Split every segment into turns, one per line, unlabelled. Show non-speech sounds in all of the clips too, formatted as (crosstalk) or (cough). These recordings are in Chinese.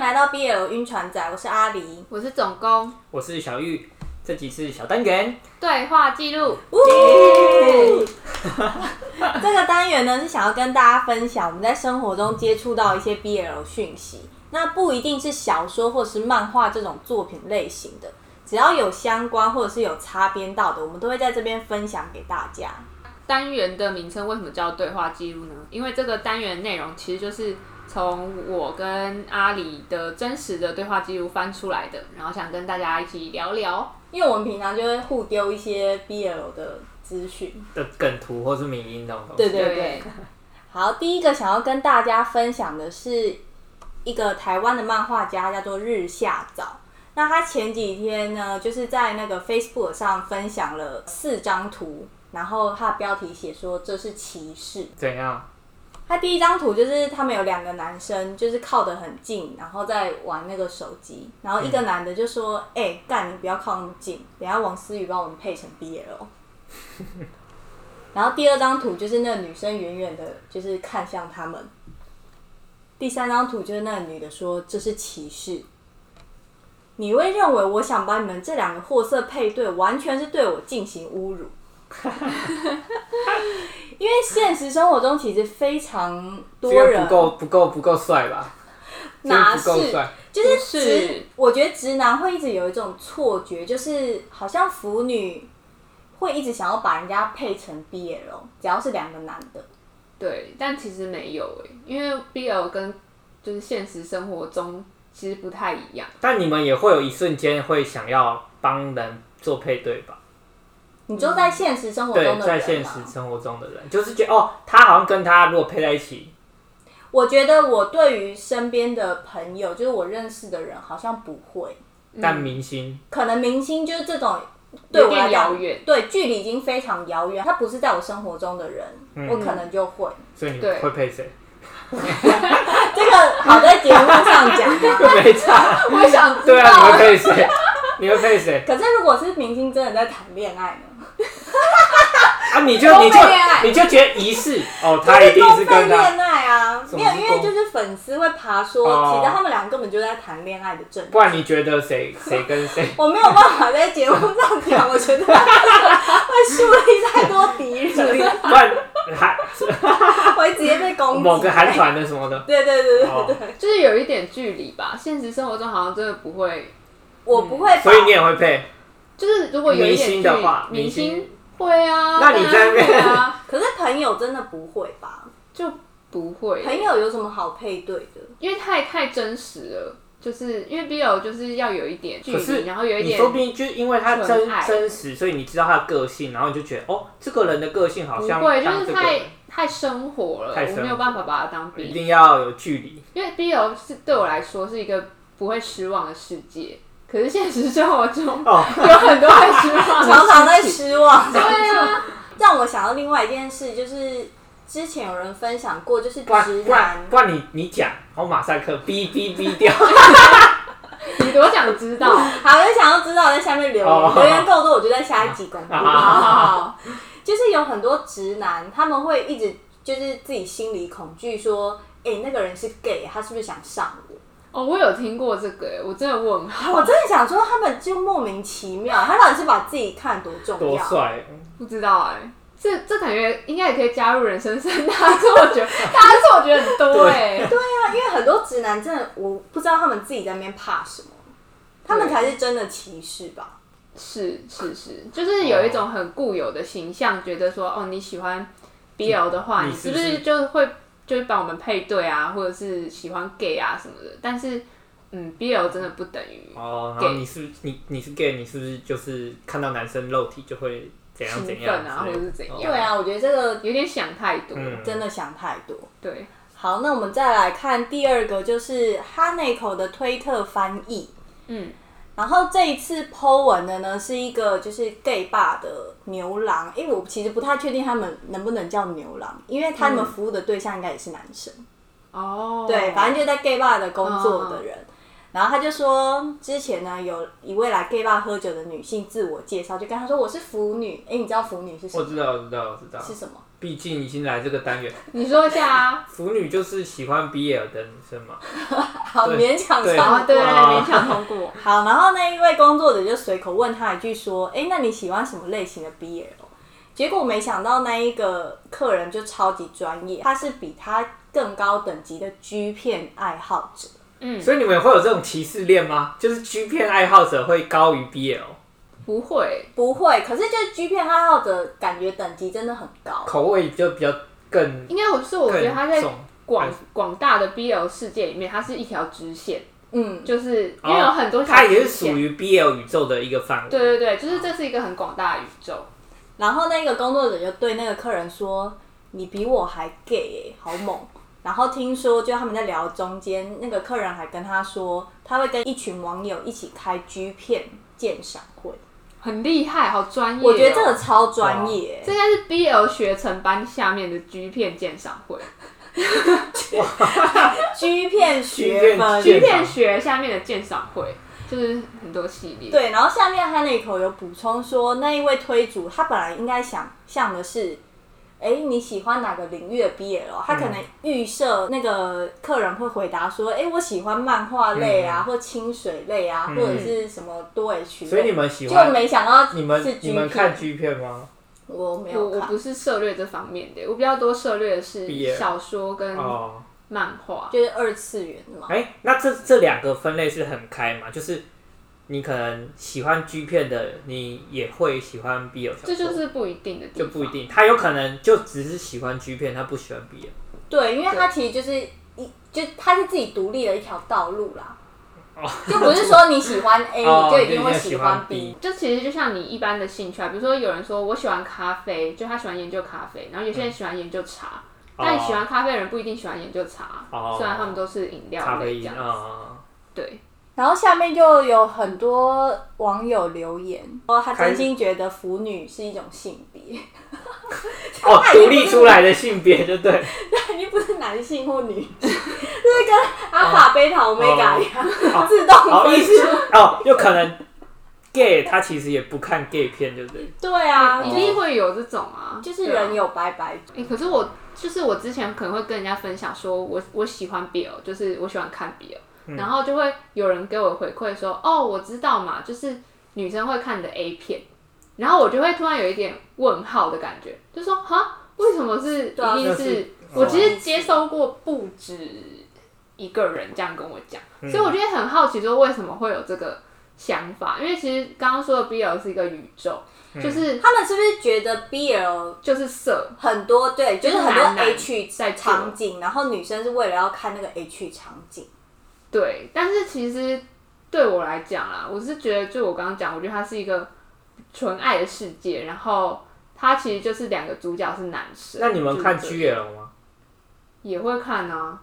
来到 BL 晕船仔，我是阿狸。
我是总工，
我是小玉，这集是小单元，
对话记录，
呜 (laughs) 这个单元呢是想要跟大家分享我们在生活中接触到一些 BL 讯息，那不一定是小说或是漫画这种作品类型的，只要有相关或者是有擦边到的，我们都会在这边分享给大家。
单元的名称为什么叫对话记录呢？因为这个单元内容其实就是从我跟阿里的真实的对话记录翻出来的，然后想跟大家一起聊聊。
因为我们平常就会互丢一些 BL 的资讯，
的梗图或是迷音那种东
对
西。
对对。好，第一个想要跟大家分享的是一个台湾的漫画家，叫做日下早。那他前几天呢，就是在那个 Facebook 上分享了四张图，然后他的标题写说这是歧视。
怎样？
他第一张图就是他们有两个男生，就是靠得很近，然后在玩那个手机，然后一个男的就说：“哎、干，你不要靠那么近，等一下王思雨把我们配成 BL。”然后第二张图就是那个女生远远的，就是看向他们。第三张图就是那个女的说：“这是歧视。”你会认为我想把你们这两个货色配对，完全是对我进行侮辱。 (laughs) 因为现实生活中其实非常多
这
人
个不够不够不够帅吧？
哪
这个不够
是
帅？
就是
不是
直，我觉得直男会一直有一种错觉，就是好像腐女会一直想要把人家配成 BL，只要是两个男的，
对，但其实没有诶、因为 BL 跟就是现实生活中其实不太一
(laughs)
样。
但你们也会有一瞬间会想要帮人做配对吧？
你就在现实生活中
对，
的
在
人
现
嘛。
实生活中的人，就是觉得哦，他好像跟他如果配在一起，
我觉得我对于身边的朋友，就是我认识的人，好像不会，
但明星
可能明星就是这种对我来
点
讲
遥远，
对距离已经非常遥远，他不是在我生活中的人，
嗯
我可能就会。
所以你
对
会配谁？
这个 (laughs) 好在节目上
(laughs)
讲啊吗？
没差。
我想知
对啊，你
道
会配谁？ (laughs) 你会配谁？
可是如果是明星真的在谈恋爱呢？
啊，你就
都
你就
被恋爱
你就觉得疑似哦， (laughs) 他一定
公费
是跟他
恋爱啊，
什
没
么
有，
是
因为就是粉丝会爬说，
哦
其实他们两个根本就在谈恋爱的证据。
不然你觉得谁谁跟谁？
我没有办法在节目上讲，我觉得会树立太多敌人，
不然韩
我会直接被攻击。
某个韩团的什么
(laughs)
的，
对对对对
哦
对，
就是有一点距离吧。现实生活中好像真的不会，
我不会把。
所以你也会配。
就是如果有一点距离，
明星的话
明
明星
星会啊，
那你
当然
在那边
会啊。
可是朋友真的不会吧？
就不会，
朋友有什么好配对的？
因为太太真实了，就是因为 BL 就是要有一点距
可是
离，然后有一
你
点
说不定就是因为他真
纯爱
真实，所以你知道他的个性，然后你就觉得哦，这个人的个性好
不
像
会，就
当
是
这个
太
人
太生活了，
太生
我
活
没有办法把它当
一
BL，
定要有距离。
因为 BL 是对我来说是一个不会失望的世界，可是现实生活中有
哦
很多会失望的
(laughs) 常常在
事情。
失望。
对啊，
让我想到另外一件事，就是之前有人分享过，就是
不然
直
不然
男
不然你你讲，然后马赛克 (laughs) 哔哔
(laughs)
哔掉。
你多想知道？
好，有想要知道在下面留
哦
言，留言够多，我就在下一集公布。
好
啊
好好，
就是有很多直男，他们会一直就是自己心里恐惧，说，哎、那个人是 gay，他是不是想上我？
哦，我有听过这个，我真的问号，
我真的想说，他们就莫名其妙，他到底是把自己看多重
多
要？
帅！
不知道哎、这这感觉应该也可以加入人生三大错觉，大家错觉很多哎、
对啊，因为很多直男真的，我不知道他们自己在那边怕什么，他们才是真的歧视吧？
是是是，就是有一种很固有的形象，觉得说哦，你喜欢 BL 的话，
你
你
是
是
不
不
是
是就会就是帮我们配对啊，或者是喜欢 gay 啊什么的？但是，嗯，BL 真的不等于
哦，然后
gay
你是你你是 gay，你是不是就是看到男生肉体就会怎样
兴
怎样
奋啊，
之
或
类的
者是怎样？
哦
对啊，我觉得这个
有点想太多。
嗯
真的想太多。
对，
好，那我们再来看第二个，就是哈内口的推特翻译。
嗯，
然后这一次 Po 文的呢，是一个就是 gay 爸的牛郎，因为我其实不太确定他们能不能叫牛郎，因为他们服务的对象应该也是男生。
哦，
对，反正就是在 gay 爸的工作的人。然后他就说，之前呢有一位来 gay 爸喝酒的女性自我介绍，就跟他说我是腐女。哎，你知道腐女是什
我
么？
知道我知道我知道
是什么？
毕竟已经来这个单元，
你说一下 (laughs) 啊。
腐女就是喜欢 BL 的女生嘛。
好
对
勉强
对
通
哦，对，
过。
勉强通过。
好，然后那一位工作者就随口问他一句说：“哎，那你喜欢什么类型的 BL？” 结果没想到那一个客人就超级专业，他是比他更高等级的 G 片爱好者。
嗯，
所以你们会有这种歧视链吗？就是 G 片爱好者会高于 BL，
不会，
不会，可是就是 G 片爱好者感觉等级真的很高。
口味就比较更
应该我是我觉得他
更
在
重。
广广大的 BL 世界里面，它是一条直线，
嗯，
就是因
哦
为有很多条
它也
直
是属
线。
于 BL 宇宙的一个范围。
对对对，就是这是一个很广大的宇宙。
然后那个工作者就对那个客人说：“你比我还 gay，、欸、好猛。”然后听说就他们在聊中间，那个客人还跟他说，他会跟一群网友一起开 G 片鉴赏会。
很厉害，好专业哦、
我觉得这个超专业、
这应该是 BL 学成班下面的 G 片鉴赏会
G 片学分。
G
，G
片
片学下面的鉴赏会，就是很多系列。
对，然后下面他那口有补充说，那一位推主他本来应该想象的是，哎，你喜欢哪个领域的 BL？哦他可能预设那个客人会回答说，哎，我喜欢漫画类啊，或清水类啊，或者是什么多 H 类。
所以你们喜
就
欢
没想到
你
是
们
G
你们看 G 片吗？
我没
我
有
我
看，
不是涉略这方面的，我比较多涉略的是
BL
小说跟
哦，
漫画。
就是二次元的嘛。
哎、那这这两个分类是很开嘛？就是你可能喜欢 G 片的，你也会喜欢 BL 小说，
这就是不一定的地
就
方，
不一定，他有可能就只是喜欢 G 片，他不喜欢 BL。
对，因为他其实就是一，就他是自己独立的一条道路啦。
哦
就不是说你喜欢
(laughs)
A，
哦
你就一定会
你一定喜
喜
欢
欢
B
B。
就其实就像你一般的兴趣啊，比如说有人说我喜欢咖啡，就他喜欢研究咖啡，然后有些人喜欢研究茶，但喜欢咖啡的人不一定喜欢研究茶，
嗯哦
虽然他们都是饮
咖
料
啡
类这
因
样。
啊，
对，
然后下面就有很多网友留言说，他真心觉得腐女是一种性别， (laughs)
哦，独立出来的性别，就对。
已经不是男性或女性，就是跟阿法贝塔欧米伽一样，
哦
自动
哦，意
分
思
出。
(laughs) 哦，有可能 gay 他其实也不看 gay 片，对不对？
对啊，
哦
一
就
定
是
会有这种啊，
就是
对啊
人有白白。
欸可是我就是我之前可能会跟人家分享说我我喜欢 BL，就是我喜欢看 BL，、然
嗯
后就会有人给我回馈说哦我知道嘛，就是女生会看你的 A 片，然后我就会突然有一点问号的感觉，就说哈为什么是一
对啊
定
那
是？
是哦
我其实接收过不止一个人这样跟我讲，
嗯
所以我就会很好奇说为什么会有这个想法，因为其实刚刚说的 BL 是一个宇宙，
嗯
就是
他们是不是觉得 BL
就是色。
很多对，就是很多
就是男男
H
在做
场景，然后女生是为了要看那个 H 场景。
对，但是其实对我来讲啦，我是觉得，就我刚刚讲，我觉得它是一个纯爱的世界，然后它其实就是两个主角是男生。
那你们看
就是
GL 吗？
也会看啊？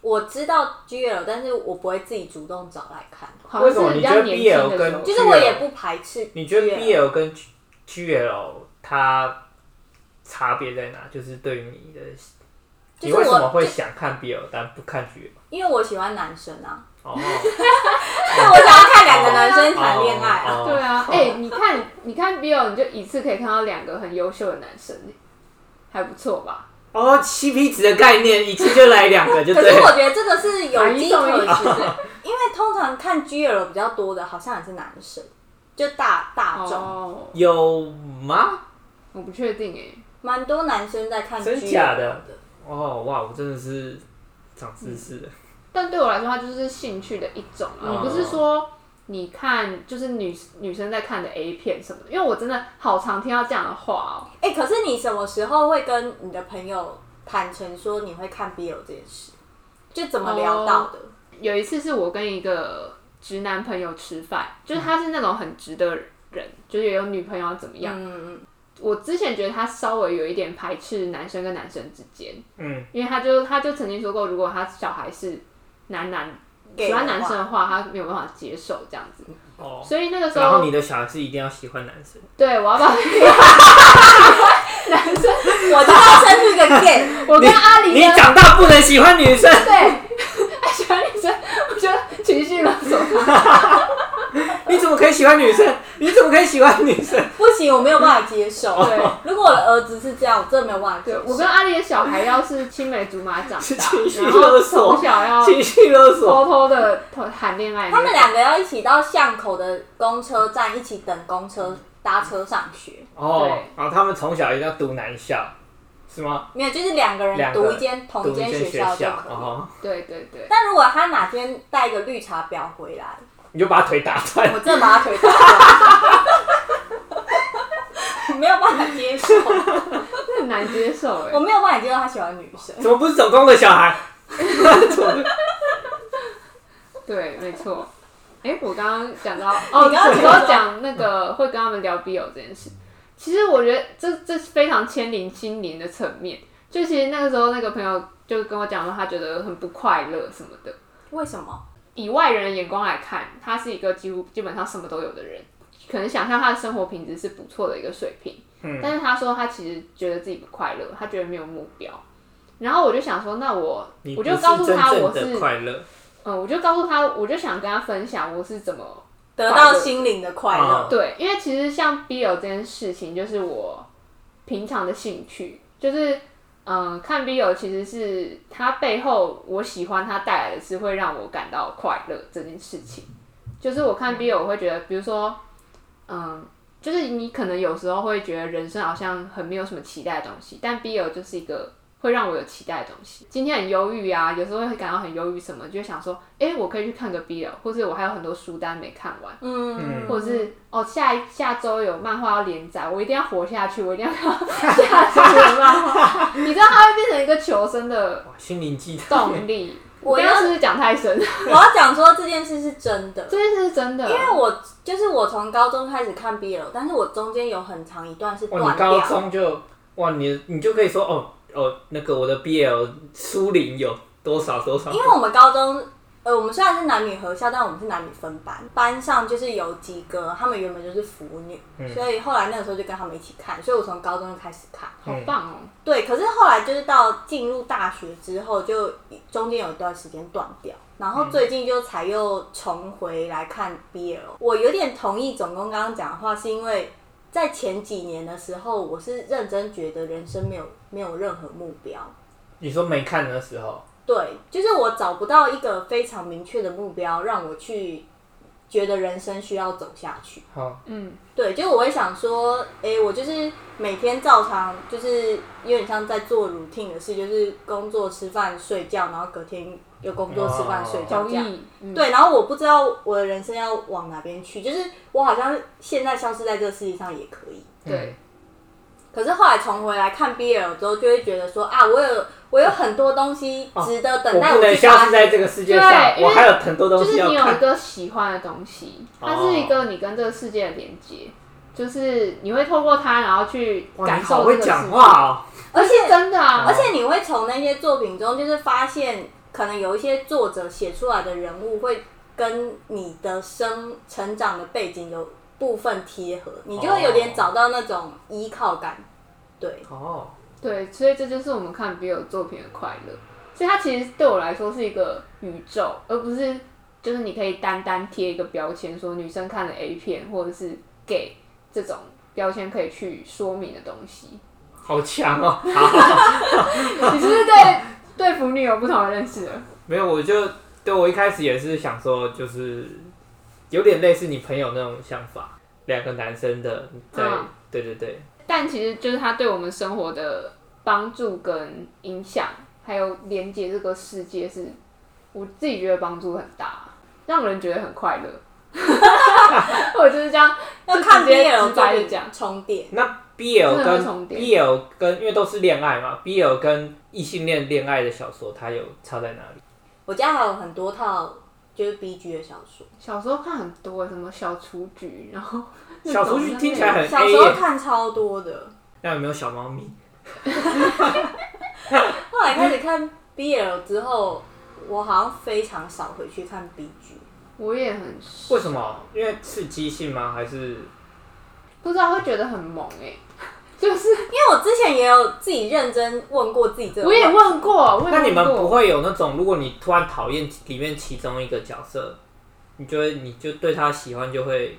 我知道 GL，但是我不会自己主动找来看，
好像
为什么
是
你
比
觉
较
得
年轻
BL
的
跟
时候
就
就是
我也不排斥。
哦你觉得 BL 跟 G- GL 它差别在哪？就是对于你的，
就
你
是我
为什么会想看 BL 但不看 GL？
因为我喜欢男生啊，
哦，
所以我想要看两个男生 (laughs) 谈恋爱啊。
哦
对
(laughs)
啊，哎、你看，你看 BL，你就一次可以看到两个很优秀的男生、欸，还不错吧？
哦，CP 值的概念一次就来两个，就
可是
对啊
我。觉得这个是有
买
机
一送一
可循
对
的，因为通常看 GL 比较多的，好像也是男生，就大大众，
哦，
有吗？
我不确定哎、
蛮、多男生在看 GL
真假的哦，哇，我真的是长知识了。
但对我来说，它就是兴趣的一种啊。
哦
你不是说你看就是女女生在看的 A 片什么的？因为我真的好常听到这样的话哦。
哎、可是你什么时候会跟你的朋友坦诚说你会看 BL 这件事？就怎么聊到的？
有一次是我跟一个直男朋友吃饭，就是他是那种很直的人，就是有女朋友怎么样。
嗯，
我之前觉得他稍微有一点排斥男生跟男生之间，
嗯，
因为他就他就曾经说过，如果他小孩是男男喜欢男生的话，他没有办法接受这样子。
哦，
所以那个时
啊
然
候
后，你的小孩是一定要喜欢男生。
对我要把 (laughs) 男生
我就要生出一个 gay，
我跟阿
你
里的
长大不能喜欢女生。
对，喜欢女生，我觉得情绪勒索他。
(laughs) 你怎么可以喜欢女生？你怎么可以喜欢女生？
(laughs)
不行，行，我没有办法接受。
对，
如果我的儿子是这样，我真的没有办法接
对
受。
我跟阿丽的小孩要是青梅竹马长
是
大
情，绪
然后
勒索
从小要
情绪勒索。
偷偷的谈恋爱那种，
他们两个要一起到巷口的公车站，一起等公车搭车上学。
哦
对，
然后他们从小一定要读男校，是吗？
没有，就是两个人
两
读
个
一间同
哦
读
一
一
间
间
学校
校
就可以。
哦，
对对对，
但如果他哪天带一个绿茶婊回来，
你就把他腿打断。
(laughs) 我真的把他腿打断，没有办法接 (laughs) 受，
这很难接受
(laughs)
哎
我。没有办法接受他喜欢女生。
怎么不是总工的小
(laughs)
孩？
对，没错。哎、我刚刚讲到哦，
你刚刚
我
讲到
要讲那个会跟他们聊 BL 这件事。其实我觉得这这是非常牵连心灵的层面。就其实那个时候，那个朋友就跟我讲说，他觉得很不快乐什么的。
为什么？
以外人的眼光来看，他是一个几乎基本上什么都有的人，可能想象他的生活品质是不错的一个水平。
嗯
但是他说他其实觉得自己不快乐，他觉得没有目标。然后我就想说，那我
你
我
不
就是告诉他我
真正的快乐，
嗯，我就告诉他，我就想跟他分享我是怎么
得到心灵的快乐
啊。
对，因为其实像 BL 这件事情，就是我平常的兴趣，就是嗯、呃看 BL 其实是它背后我喜欢它带来的是会让我感到快乐这件事情。就是我看 BL 我会觉得，比如说，嗯、就是你可能有时候会觉得人生好像很没有什么期待的东西，但 BL 就是一个会让我有期待的东西。今天很忧郁啊，有时候会感到很忧郁什么，就会想说，诶，我可以去看个 BL，或者我还有很多书单没看完。
嗯，
或者是哦，下一下周有漫画要连载，我一定要活下去，我一定要看 (laughs) 下周的漫画。 (laughs) 你知道它会变成一个求生的
哇心灵鸡汤。
动力。
我
我刚刚是不是讲太深？
我要讲说这件事是真的，
(laughs) 这件事是真的，
因为我就是我从高中开始看 BL，但是我中间有很长一段是
哇，
断
哦你高
掉。
中就哇，你你就可以说哦哦，那个我的 BL 苏林有多少多少
因，为我们高中，呃，我们虽然是男女合校，但我们是男女分班。班上就是有几个，他们原本就是腐女，所以后来那个时候就跟他们一起看，所以我从高中就开始看。
好棒哦！
对，可是后来就是到进入大学之后，就中间有一段时间断掉，然后最近就才又重回来看 BL。我有点同意总工刚刚讲的话，是因为在前几年的时候，我是认真觉得人生没有没有任何目标，
你说没看的时候，
对，就是我找不到一个非常明确的目标，让我去觉得人生需要走下去。
好，
嗯，
对，就我会想说，诶，我就是每天照常，就是有点像在做 routine 的事，就是工作、吃饭、睡觉，然后隔天又工作、吃饭、睡觉
哦
同
这样。
意，嗯，
对，然后我不知道我的人生要往哪边去，就是我好像现在消失在这个世界上也可以。
对，
可是后来重回来看 BL 之后，就会觉得说啊，我有我有很多东西值得等
哦我
待
不能
去发
消失
现。
在这个世界上，
对因为
我还有很多
就
东西
是
要
你有一
看。哦
个喜欢的东西，它是一个你跟这个世界的连接，就是你会透过它，然后去
哇，
感
哦你好
受这
会
个世界
讲，话哦
而且
真的啊，
而且你会从那些作品中，就是发现可能有一些作者写出来的人物会跟你的生成长的背景有部分贴合，你就会有点找到那种依靠感。对，
哦。哦，
对，所以这就是我们看 BL 作品的快乐。所以它其实对我来说是一个宇宙，而不是就是你可以单单贴一个标签，说女生看了 A 片或者是 gay 这种标签可以去说明的东西。
好强 (laughs) 哦！好，
你是不是对对腐女有不同的认识了？
没有，我就对我一开始也是想说，就是有点类似你朋友那种想法，两个男生的在，
嗯
对对对，
但其实就是它对我们生活的帮助跟影响，还有连接这个世界是，我自己觉得帮助很大，让人觉得很快乐。 (laughs) 我就是这样，
要
就
看
嗯直接
BL
直
作
白的
品
讲。
重叠，
那 BL
真的会
跟
重叠
BL 跟因为都是恋爱嘛，BL 跟异性恋恋爱的小说，它有差在哪里？
我家还有很多套就是 BG 的小
(laughs)
说，
小时候看很多什么小雏菊，然后那
小
种
雏菊听起来很
小
A
时候
耶，
看超多的，
那有没有小猫咪？
后来开始看 BL 之后，我好像非常少回去看 BG。
我也很
为什么？因为刺激性吗？还是
不知道会觉得很萌哎、 (laughs) 就是
因为我之前也有自己认真问过自己这个
我
问题，
也问过，我也问过
那你们不会有那种，如果你突然讨厌里面其中一个
哦
角色，你就会你就对他喜欢就会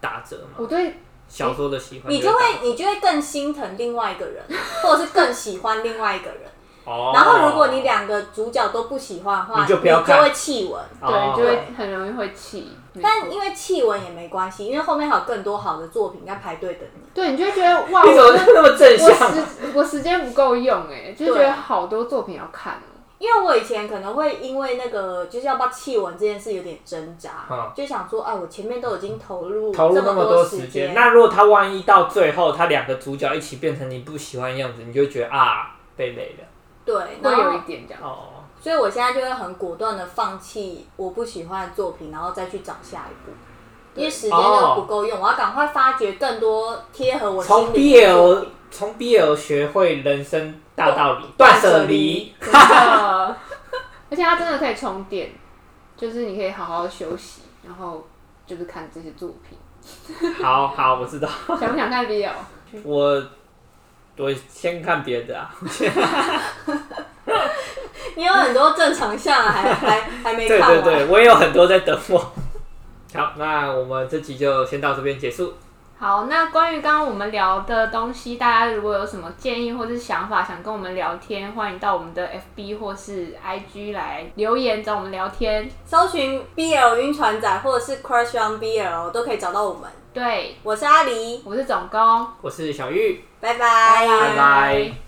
打折吗？
我对
小说的喜欢，
你就会你就会更心疼另外一个人，或者是更喜欢另外一个人。
(laughs) 哦。
然后如果你两个主角都不喜欢的话，
你就不要
你就
看
会弃文。
哦
对，就会很容易会气。
但因为弃文也没关系，因为后面还有更多好的作品在排队等你。
对，你就会觉得哇，
(laughs) 你怎么
我
那么正
(laughs) 我
向啊？
时我时间不够用哎、就觉
对
得好多作品要看哦。
因为我以前可能会因为那个就是要不要弃文这件事有点挣扎，
嗯
就想说，哎，我前面都已经投入
投入
这
那么
多
多
时
时间，那如果他万一到最后，他两个主角一起变成你不喜欢的样子，你就会觉得啊，被累了。
对，
会
然
有
后
一点这样，
哦，
所以我现在就会很果断的放弃我不喜欢的作品，然后再去找下一部，因为时间都不够用，我要赶快发掘更多贴合我
哦从
心里的作
BL
品。
从 BL 学会人生大道理，断舍离。
(laughs) 真的 (laughs) 而且它真的可以充电，就是你可以好好休息，然后就是看这些作 (laughs) 品。
好好，我知道。
想不想看 BL？
我我先看别的啊，
你有很多正常项
(laughs)
还还还没
对
看完，
对对，我也有很多在等我。好，那我们这集就先到这边结束。
好，那关于刚刚我们聊的东西，大家如果有什么建议或是想法，想跟我们聊天，欢迎到我们的 FB 或是 IG 来留言找我们聊天。
搜寻 BL 晕船仔或者是 Crush on BL 都可以找到我们。
对，
我是阿狸，
我是总工，
我是小玉，
拜
拜
拜拜。